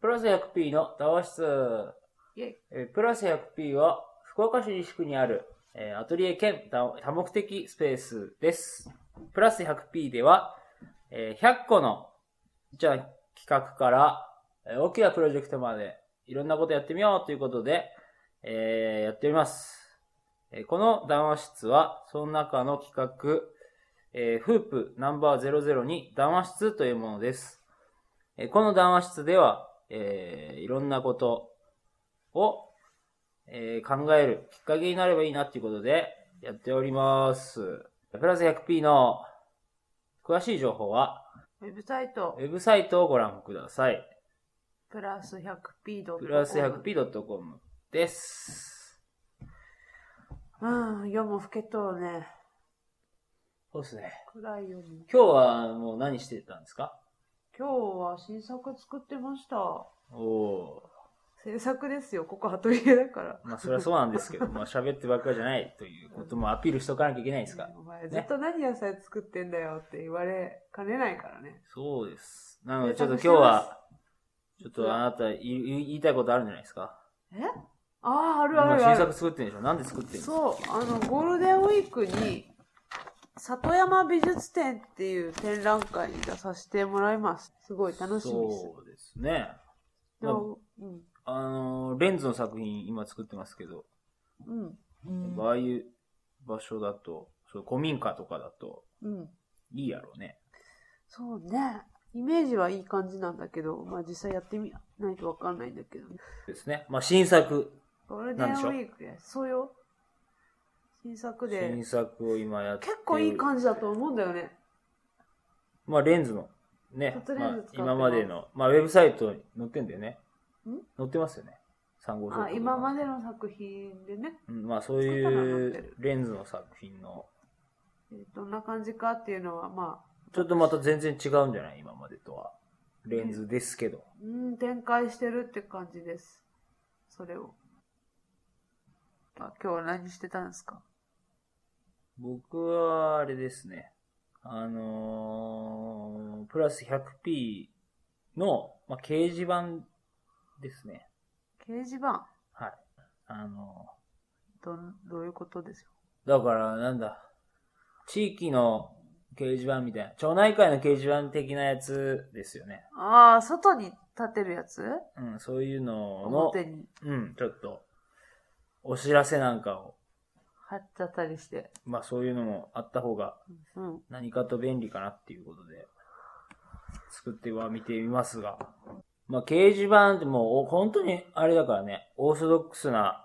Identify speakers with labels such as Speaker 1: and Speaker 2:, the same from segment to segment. Speaker 1: プラス 100P の談話室。
Speaker 2: イェイ
Speaker 1: えープラス 100P は、福岡市西区にある、えーアトリエ兼多多目的スペースです。プラス 100P では、えー100個の、じゃあ企画から、えー大きなプロジェクトまで、いろんなことやってみようということで、えーやっております。えーこの談話室は、その中の企画、えーフープナンバー00に談話室というものです。えーこの談話室では、えーいろんなことを、えー考えるきっかけになればいいなということでやっております。プラス 100P の詳しい情報は、
Speaker 2: ウェブサイト
Speaker 1: ウ、ェブサイトをご覧ください。
Speaker 2: プラス 100p.
Speaker 1: プラス 100p.com です。
Speaker 2: うん、夜も更けとうね。
Speaker 1: そうですね。
Speaker 2: 暗い夜も。
Speaker 1: 今日はもう何してたんですか
Speaker 2: 今日は新作作ってました。
Speaker 1: おお
Speaker 2: 制作ですよ。ここアトリエだから。
Speaker 1: ー。まあそれはそうなんですけど、まあ喋ってばっかりじゃないということもアピールしとかなきゃいけないんです か。
Speaker 2: お前、
Speaker 1: ね
Speaker 2: ずっと何野菜作ってんだよって言われかねないからね。
Speaker 1: そうです。なのでちょっと今日は、ちょっとあなた言い言いたいことあるんじゃないですか
Speaker 2: えああ、ある
Speaker 1: 今
Speaker 2: あるあ
Speaker 1: 新
Speaker 2: る
Speaker 1: 作。作ってるんでしょなんで作ってるんですか
Speaker 2: そう、あの、ゴールデンウィークに、里山美術展っていう展覧会に出させてもらいます。すごい楽しみです。
Speaker 1: そうですね。
Speaker 2: でもうん。
Speaker 1: あの、レンズの作品今作ってますけど、
Speaker 2: うん。
Speaker 1: ああいう場所だと、そう古民家とかだと
Speaker 2: うん。
Speaker 1: いいやろうね。
Speaker 2: そうね。イメージはいい感じなんだけど、まあ実際やってみないとわかんないんだけどね。
Speaker 1: ですね。まあ新作、
Speaker 2: ゴールデン
Speaker 1: な
Speaker 2: ウ
Speaker 1: んでしょう
Speaker 2: ィークや。そうよ。新作で
Speaker 1: 新。作を今やってる
Speaker 2: 結構いい感じだと思うんだよね。
Speaker 1: まあレンズの、ね
Speaker 2: 初、レ
Speaker 1: ま
Speaker 2: ンズ
Speaker 1: あ
Speaker 2: 使ってます
Speaker 1: 今までの、まあウェブサイトに載ってんだよね。
Speaker 2: ん
Speaker 1: 載ってますよね。3号
Speaker 2: あ、今ま
Speaker 1: で。
Speaker 2: での作品でね、
Speaker 1: うんまあそう
Speaker 2: 作っ
Speaker 1: い
Speaker 2: たら載って
Speaker 1: う
Speaker 2: る
Speaker 1: レンズの作品の、
Speaker 2: えーどんな感じかっていうのは、まあ、
Speaker 1: ちょっとまた全然違うんじゃない今までとは。レンズですけど。
Speaker 2: うん、展開してるって感じです。それを。あ、今日は何してたんですか
Speaker 1: 僕は、あれですね。あのープラス 100p の、まあ、掲示板ですね。
Speaker 2: 掲示板。
Speaker 1: はい。あの
Speaker 2: どん、どういうことですよ。
Speaker 1: ーだから、なんだ。地域の掲示板みたいな、町内会の掲示板的なやつですよね。
Speaker 2: ああ、外に立てるやつ
Speaker 1: うん、そういうのの、
Speaker 2: 表に
Speaker 1: うん、ちょっと、お知らせなんかを、
Speaker 2: 貼っちゃったりして。
Speaker 1: まあそういうのもあった方が
Speaker 2: うん。
Speaker 1: 何かと便利かなっていうことで、作っては見てみますが。まあ、掲示板ってもう、お本当に、あれだからね、オーソドックスな、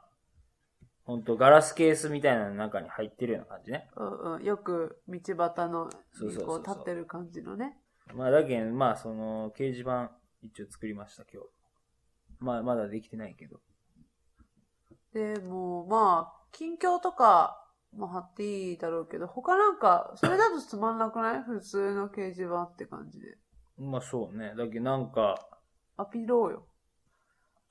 Speaker 1: 本当ガラスケースみたいなの中に入ってるような感じね。
Speaker 2: うんうん、よく道端の
Speaker 1: そうそうそうそう
Speaker 2: こう立ってる感じのね。
Speaker 1: まあ、だけど、まあ、その、掲示板、一応作りました、今日。まあ、まだできてないけど。
Speaker 2: でもうまあ近況とかも貼っていいだろうけど他なんかそれだとつまんなくない普通の掲示板って感じで
Speaker 1: まあ、そうね。だけど、なんか、
Speaker 2: アピろうよ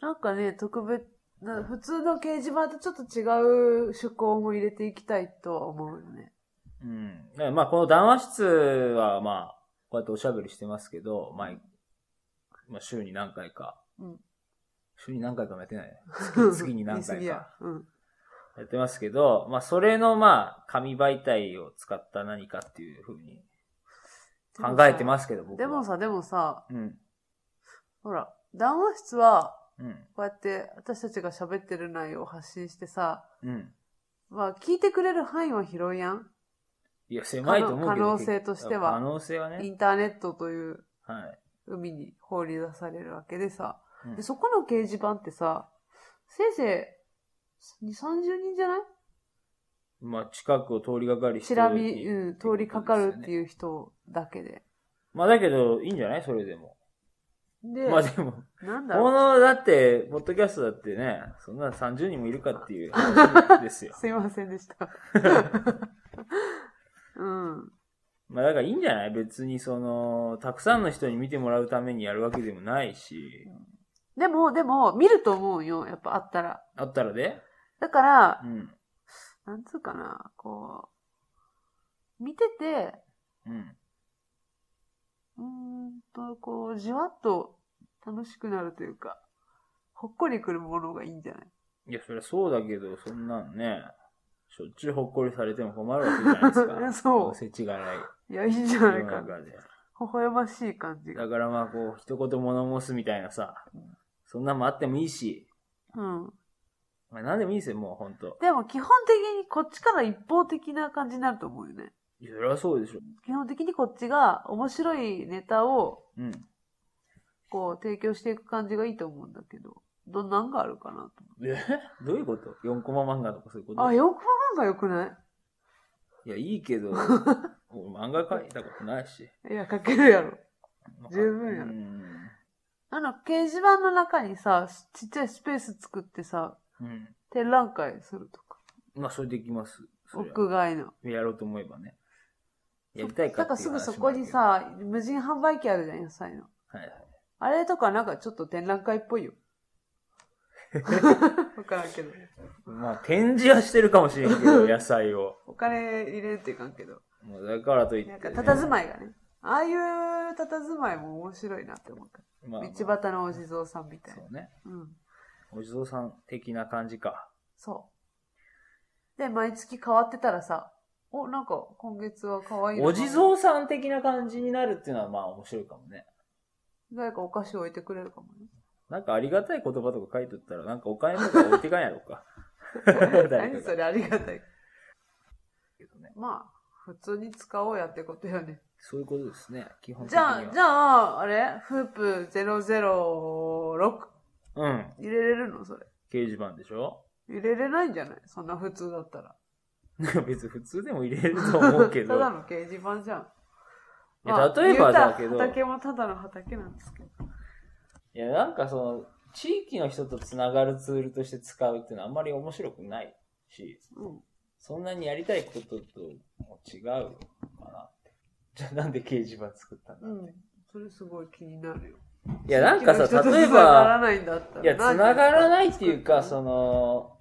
Speaker 2: なんかね特別な普通の掲示板とちょっと違う趣向も入れていきたいとは思うよね
Speaker 1: うん。だからまあ、この談話室は、まあ、こうやっておしゃべりしてますけど、まあ、まあ、週に何回か。
Speaker 2: うん
Speaker 1: 週に何回かもやってないね。月月に何
Speaker 2: 言い過ぎ
Speaker 1: 回
Speaker 2: や
Speaker 1: か
Speaker 2: うん
Speaker 1: やってますけど、まあ、それの、まあ、紙媒体を使った何かっていうふうに考えてますけど、僕は。
Speaker 2: でも。さでもさ
Speaker 1: うん。
Speaker 2: ほら談話室は
Speaker 1: うん。
Speaker 2: こうやって私たちが喋ってる内容を発信してさ
Speaker 1: うん。
Speaker 2: まあ、聞いてくれる範囲は広いやん。
Speaker 1: いや、狭いと思うけど。
Speaker 2: 可能性としては
Speaker 1: 可能性は
Speaker 2: イ
Speaker 1: ね。
Speaker 2: ンターネットという
Speaker 1: はい。
Speaker 2: 海に放り出されるわけで
Speaker 1: う
Speaker 2: さ。
Speaker 1: ん
Speaker 2: でそこの掲示板ってさ、せいぜい2、30人じゃない
Speaker 1: まあ、近くを通りがかりして
Speaker 2: チ
Speaker 1: る
Speaker 2: ラ見、うん、通りかかるって
Speaker 1: う。
Speaker 2: いう人だけで。
Speaker 1: まあ、だけど、いいんじゃないそれでも。
Speaker 2: で、
Speaker 1: まあ、でも。
Speaker 2: なんだ
Speaker 1: こ
Speaker 2: ろ
Speaker 1: の、だって、ポッドキャストだってね、そんな30人もいるかって いう話です
Speaker 2: う。
Speaker 1: よ。
Speaker 2: すいませんでした。 うん。
Speaker 1: まあだからいいんじゃない別にその、たくさんの人に見てもらうためにやるわけでもないし、
Speaker 2: でも、でも、見ると思うよ。やっぱあったら。
Speaker 1: あったらで
Speaker 2: だから
Speaker 1: う、ん。
Speaker 2: なんつうかな、こう、見てて、
Speaker 1: うん。
Speaker 2: うーんと、こう、じわっと楽しくなるというか、ほっこりくるものがいいんじゃない
Speaker 1: いや、そりゃそうだけど、そんなんね、しょっちゅうほっこりされても困るわけじゃないです
Speaker 2: いや
Speaker 1: か。
Speaker 2: そう
Speaker 1: せちがない。
Speaker 2: いや、いいんじゃ
Speaker 1: 世
Speaker 2: ない
Speaker 1: の
Speaker 2: かな。
Speaker 1: 中で。
Speaker 2: 微笑ましい感じが。
Speaker 1: だからまあ、こう、一言物申すみたいなさ、そんなんもあってもいいし、
Speaker 2: うん。
Speaker 1: まあ、何でもいいですよ、もうほんと。
Speaker 2: でも基本的にこっちから一方的な感じになると思うよね。
Speaker 1: いやそりゃそうでしょ。
Speaker 2: 基本的にこっちが面白いネタを
Speaker 1: うん。
Speaker 2: こう提供していく感じがいいと思うんだけど、どんなんがあるかなと思
Speaker 1: えどういうこと ?4 コマ漫画とかそういうこ
Speaker 2: う。あ、
Speaker 1: と
Speaker 2: 4コマ漫画良くない
Speaker 1: や、いい けど、俺漫画描いたことないし。
Speaker 2: いいや、書けるやろ。十分やろ
Speaker 1: うん。
Speaker 2: あの、掲示板の中にさ、ちっちゃいスペース作ってさ、
Speaker 1: うん。
Speaker 2: 展覧会するとか。
Speaker 1: まあ、それできます。それは
Speaker 2: 屋外の。
Speaker 1: やろうと思えばね。やりたいか
Speaker 2: な
Speaker 1: っ
Speaker 2: ん
Speaker 1: ていう
Speaker 2: か
Speaker 1: 話
Speaker 2: す
Speaker 1: もあ
Speaker 2: ぐ
Speaker 1: るけど
Speaker 2: そこに、さ、無人販売機あるじゃん、野菜の。
Speaker 1: はいはい。
Speaker 2: あれとかなんかちょっと展覧会っ ぽいよ。わからんけど。
Speaker 1: まあ、展示はしてるかもしれんけ ど、野菜を。
Speaker 2: お金入れるっていかんけど。
Speaker 1: もうだからといって、
Speaker 2: な
Speaker 1: ね
Speaker 2: ん。か、佇まいがね。ああいう佇まいも面白いなって思うか
Speaker 1: まあ、
Speaker 2: ら。
Speaker 1: まあ
Speaker 2: 道端のお地蔵さんみたいな
Speaker 1: そ。うね。
Speaker 2: うん。
Speaker 1: お地蔵さん的な感じか。
Speaker 2: そう。で、毎月変わってたらさ、お、なんか、今月は可愛いの
Speaker 1: お地蔵さん的な感じになるっていうのはまあ面白いかもね。
Speaker 2: 誰かお菓子置いてくれるかもね。
Speaker 1: なんかありがたい言葉とか書いとったら、なんかお金とか置いてかんやろうか。 誰かが
Speaker 2: 何それありがたい。
Speaker 1: けどね
Speaker 2: まあ、普通に使おうやってことよね。
Speaker 1: そういうことですね、基本的
Speaker 2: じ
Speaker 1: に
Speaker 2: ゃ
Speaker 1: は。
Speaker 2: あ、じゃあ、あれフープ006
Speaker 1: うん。
Speaker 2: 入れれるのそれ。
Speaker 1: 掲示板でしょ
Speaker 2: 入れれないんじゃないそんな普通だったら。
Speaker 1: 別に普通でも入れると思う けど。
Speaker 2: ただの掲示板じゃん。
Speaker 1: いや例えばだけ
Speaker 2: 言う
Speaker 1: ど、
Speaker 2: たら畑もただの畑なんですけど。
Speaker 1: いや、なんかその、地域の人とつながるツールとして使うっていうのはあんまり面白くないし、
Speaker 2: うん。
Speaker 1: そんなにやりたいこととも違うかなって。じゃあなんで掲示板作ったんだ、
Speaker 2: うん。それすごい気になるよ。
Speaker 1: いや、なんかさ、
Speaker 2: 地域の人と
Speaker 1: 例え
Speaker 2: 繋がら
Speaker 1: ば、
Speaker 2: ないんだったら
Speaker 1: いや、つながらないっていうか、
Speaker 2: 作
Speaker 1: その、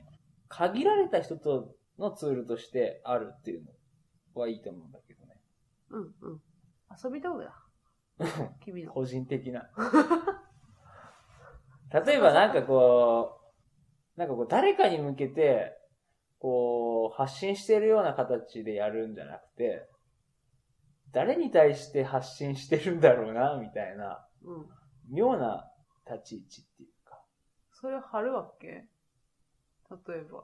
Speaker 1: 限られた人とのツールとしてあるっていうのはいいと思うんだけどね。
Speaker 2: ったのうんうん。遊び道具だ。 君の。
Speaker 1: 個人的 な。例えばなんかこう、なんかこう誰かに向けて、こう、発信してるような形でやるんじゃなくて、誰に対して発信してるんだろうな、みたいな、
Speaker 2: うん。
Speaker 1: 妙な立ち位置っていうか。
Speaker 2: それ貼るわけ例えば。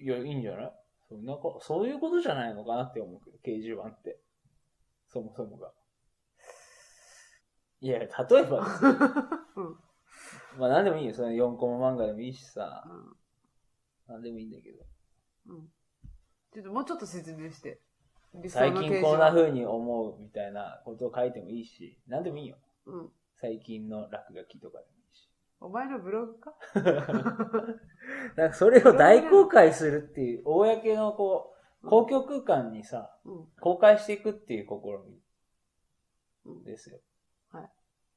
Speaker 1: いや、いいんじゃないそんなこそういうことじゃないのかなって思うけど、掲示板って。そもそもが。いや、例えば ですよ
Speaker 2: うん。
Speaker 1: まあ何でもいいよ。その4コマ漫画でもいいしさ。
Speaker 2: うん
Speaker 1: 何でもいいんだけど。
Speaker 2: うんちょっともうちょっと説明して。理
Speaker 1: 最
Speaker 2: の
Speaker 1: 近こんな風に思うみたいなことを書いてもいいし、何でもいいよ。
Speaker 2: うん。
Speaker 1: 最近の落書きとかでもいいし。
Speaker 2: お前のブログか
Speaker 1: なんかそれを大公開するっていう、公のこう、公共空間にさ、
Speaker 2: うん。
Speaker 1: 公開していくっていう試
Speaker 2: うん
Speaker 1: みですよ。
Speaker 2: はい。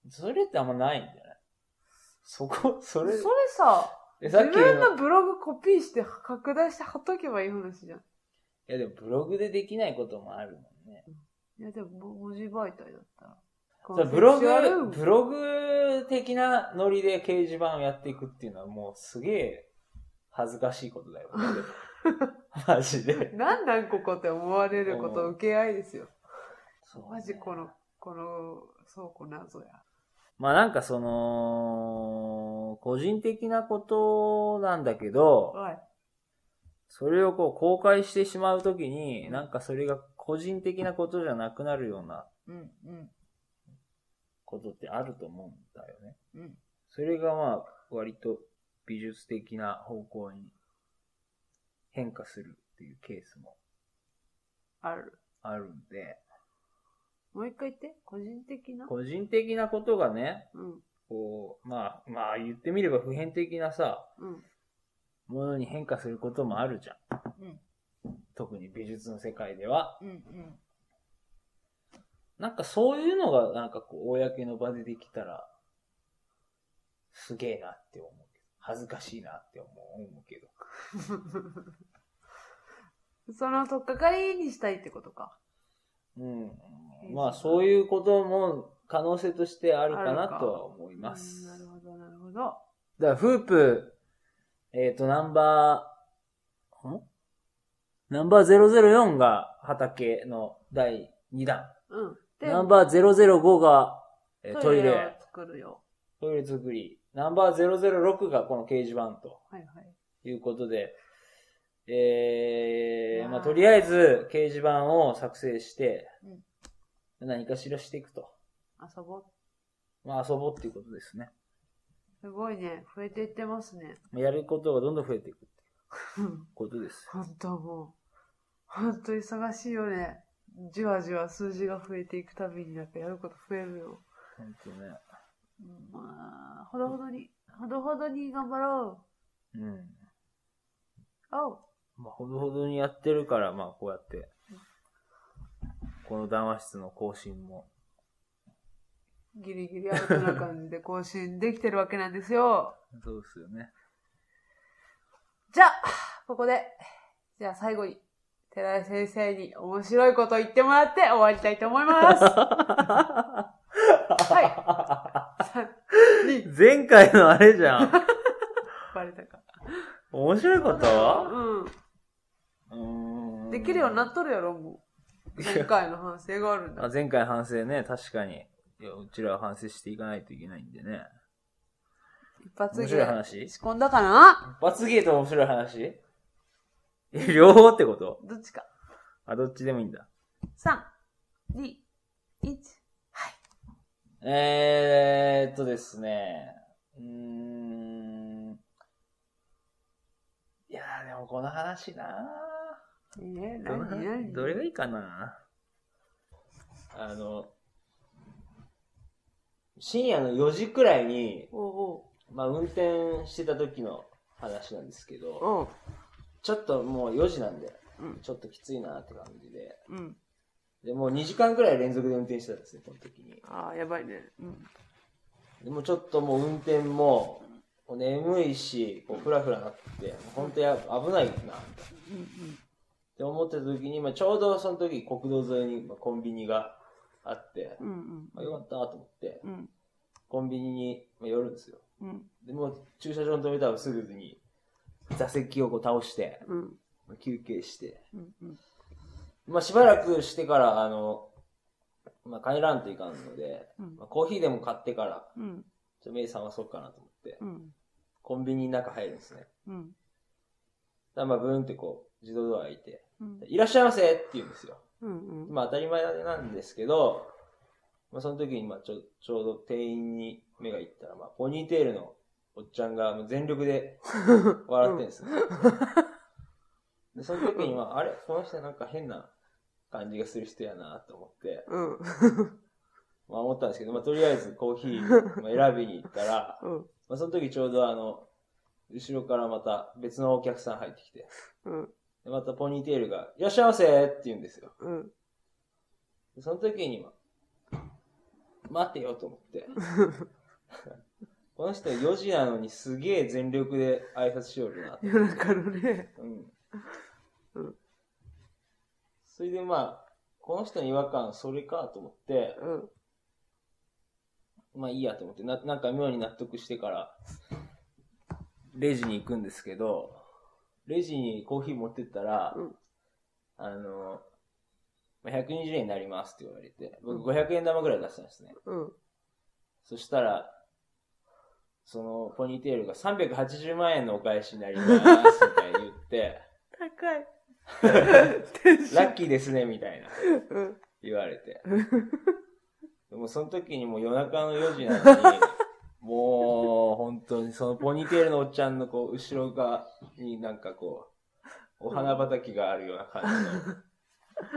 Speaker 1: それってあんまないんじゃないそこ、 そ
Speaker 2: そ
Speaker 1: れ
Speaker 2: れ、さ、
Speaker 1: えさ
Speaker 2: 自
Speaker 1: っき
Speaker 2: 分
Speaker 1: の、
Speaker 2: のブログコピーして拡大して貼っとけばいい話じゃん。
Speaker 1: いやでもブログでできないこともあるもんね。
Speaker 2: いやでもも文字媒体だったら。
Speaker 1: それブロ
Speaker 2: コンセプチュ
Speaker 1: グ、
Speaker 2: アル
Speaker 1: ブログ的なノリで掲示板をやっていくっていうのはもうすげえ恥ずかしいこと だよ。俺マジで。
Speaker 2: 何なんここって思われること受け合いですよ。
Speaker 1: そうね
Speaker 2: マジこの、この倉庫謎や。
Speaker 1: まあなんかその、個人的なことなんだけど、
Speaker 2: はい。
Speaker 1: それをこう公開してしまうときに、なんかそれが個人的なことじゃなくなるような
Speaker 2: うん、うん、
Speaker 1: ことってあると思うんだよね。
Speaker 2: うん。
Speaker 1: それがまあ割と美術的な方向に変化するっていうケースも
Speaker 2: ある。
Speaker 1: あるんで、
Speaker 2: もう一回言って。個人的な。
Speaker 1: 個人的なことがね、
Speaker 2: うん、
Speaker 1: こう、まあ、まあ言ってみれば普遍的なさ、
Speaker 2: うん、
Speaker 1: ものに変化することもあるじゃん。
Speaker 2: うん、
Speaker 1: 特に美術の世界では。
Speaker 2: うん、うん。
Speaker 1: なんかそういうのがなんかこう、公の場でできたら、すげえなって思うけど。恥ずかしいなって思う思うけど。
Speaker 2: その、とっかかりにしたいってことか。
Speaker 1: う
Speaker 2: いいで
Speaker 1: ん。
Speaker 2: すね
Speaker 1: まあそういうことも可能性としてあるか
Speaker 2: あ
Speaker 1: な
Speaker 2: るか
Speaker 1: とは思います。
Speaker 2: なるほど、なるほ
Speaker 1: だ
Speaker 2: ど。
Speaker 1: から、フープ、えっ、と、ナンバー、んナンバー004が畑の第2弾。
Speaker 2: うん。
Speaker 1: ナンバー005が、えートイ
Speaker 2: を
Speaker 1: レ、
Speaker 2: 作るよ。
Speaker 1: トイレ作り。ナンバー006がこの掲示板と
Speaker 2: はいはい。
Speaker 1: いうことで、え
Speaker 2: わ
Speaker 1: ー、
Speaker 2: あ
Speaker 1: まあ、とりあえず掲示板を作成して、何かしらしていくと。
Speaker 2: 遊ぼう。
Speaker 1: まあ、遊ぼうっていうことですね。
Speaker 2: すごいね。増えていってますね。
Speaker 1: やることがどんどん増えていくってことです。
Speaker 2: 本当もう。本当忙しいよね。じわじわ数字が増えていくたびになんかやること増えるよ。
Speaker 1: 本当ね。
Speaker 2: うんまあ、ほどほどに、ほどほどに頑張ろ
Speaker 1: うん。
Speaker 2: う。おう。
Speaker 1: まあ、ほどほどにやってるから、まあ、こうやって、この談話室の更新も。
Speaker 2: ギリギリアウトな感じで 更新できてるわけなんですよ。
Speaker 1: そうですよね。
Speaker 2: じゃあ、ここで、じゃあ最後に、寺井先生に面白いこと言ってもらって終わりたいと思 います。はい。に、
Speaker 1: 前回のあれじゃん。
Speaker 2: バレたか。
Speaker 1: 面白いこと
Speaker 2: う
Speaker 1: うーん
Speaker 2: ん。できるようになっとるやろ、もう。前回の反省があるんだ。
Speaker 1: あ前回反省ね、確かに。いや、うちらは反省していかないといけないんでね。
Speaker 2: 一発
Speaker 1: 面
Speaker 2: 芸
Speaker 1: 白い話
Speaker 2: 仕込んだかな
Speaker 1: 罰ゲート面白い話え、両方ってこと
Speaker 2: どっちか。
Speaker 1: あ、どっちでもいいんだ。
Speaker 2: 3、2、1。
Speaker 1: えーっとですね。うーん。いやー、でもこの話な
Speaker 2: えー、
Speaker 1: ーどの
Speaker 2: 何何
Speaker 1: どれがいいかなあの、深夜の4時くらいに、
Speaker 2: おう
Speaker 1: まあ運転してた時の話なんですけ
Speaker 2: お
Speaker 1: ど、
Speaker 2: う。おう。
Speaker 1: ちょっともう4時なんで、
Speaker 2: うん。
Speaker 1: ちょっときついなーって感じで、
Speaker 2: うん。
Speaker 1: でもう2時間くらい連続で運転してたんですね、この時に。
Speaker 2: ああ、やばいね。うん。
Speaker 1: でもちょっともう運転も、こう眠いし、こうフラフラなってて、本当や危ないな、っ
Speaker 2: うんうん。
Speaker 1: て思ってた時に、まあ、ちょうどその時国道沿いにまあコンビニがあって、
Speaker 2: うん
Speaker 1: まあ、よかったと思って、
Speaker 2: うん。うん
Speaker 1: コンビニにまあ寄るんですよ。
Speaker 2: うん
Speaker 1: でもう駐車場に止めたらすぐに、座席をこう倒して、
Speaker 2: うん
Speaker 1: まあ休憩して、
Speaker 2: うんうん
Speaker 1: まあ、しばらくしてから、あの、まあ、帰らんといかんので、
Speaker 2: うん
Speaker 1: まあ、コーヒーでも買ってから、
Speaker 2: うん
Speaker 1: ちょっと目覚まそうかなと思って、
Speaker 2: うん
Speaker 1: コンビニの中入るんですね。
Speaker 2: うん
Speaker 1: だからまあ、ブーンってこう、自動ドア開いて、
Speaker 2: うん
Speaker 1: いらっしゃいませって言うんですよ。
Speaker 2: うんうん
Speaker 1: まあ、当たり前なんですけど、まあ、その時に、まあ、ちょ、ちょうど店員に目がいったら、まあ、ポニーテールのおっちゃんがもう全力で笑ってるんですね。で、その時に、まあ、あれこの人なんか変な感じがする人やなと思って、
Speaker 2: うん
Speaker 1: まあ、思ったんですけど、まあ、とりあえずコーヒーまあ選びに行ったら、
Speaker 2: うん
Speaker 1: まあ、その時ちょうどあの、後ろからまた別のお客さん入ってきて、
Speaker 2: うん
Speaker 1: でまたポニーテールが、いらっしゃいませって言うんですよ。
Speaker 2: うん
Speaker 1: でその時には、待てよと思って。この人4時なのにすげえ全力で挨拶しよるなって。
Speaker 2: 夜中のね
Speaker 1: うん。
Speaker 2: うん
Speaker 1: それでまあ、この人の違和感、それかと思って、
Speaker 2: うん
Speaker 1: まあいいやと思って、ななんか妙に納得してから、レジに行くんですけど、レジにコーヒー持ってったら、
Speaker 2: うん
Speaker 1: あの、まあ120円になりますって言われて、僕500円玉ぐらい出したんですね。
Speaker 2: うん
Speaker 1: そしたら、そのポニーテールが380万円のお返しになりますみたいに言 って、
Speaker 2: 高いテンショ
Speaker 1: ラ
Speaker 2: ン
Speaker 1: ッキーですねみたいな
Speaker 2: うん
Speaker 1: 言われ て。でもその時にもう夜中の4時なのに、もう本当にそのポニーテールのおっちゃんのこう後ろ側になんかこう、お花畑があるような感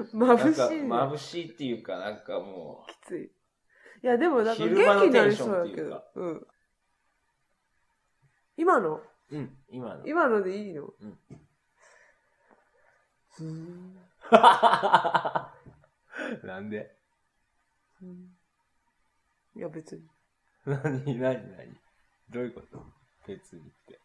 Speaker 1: じ の。なん
Speaker 2: 眩
Speaker 1: か
Speaker 2: しいね
Speaker 1: 眩しいっていうかなんかも
Speaker 2: きついいやでもなんか元
Speaker 1: 昼間の
Speaker 2: 気になり
Speaker 1: テンシ
Speaker 2: そ
Speaker 1: ョンっ
Speaker 2: うや
Speaker 1: てい
Speaker 2: け
Speaker 1: うか
Speaker 2: どうん今の
Speaker 1: う、うん、今の。
Speaker 2: 今のでいいの
Speaker 1: うん
Speaker 2: ふーん
Speaker 1: なんで
Speaker 2: うんいや別に
Speaker 1: 何何何どういうこと別にって。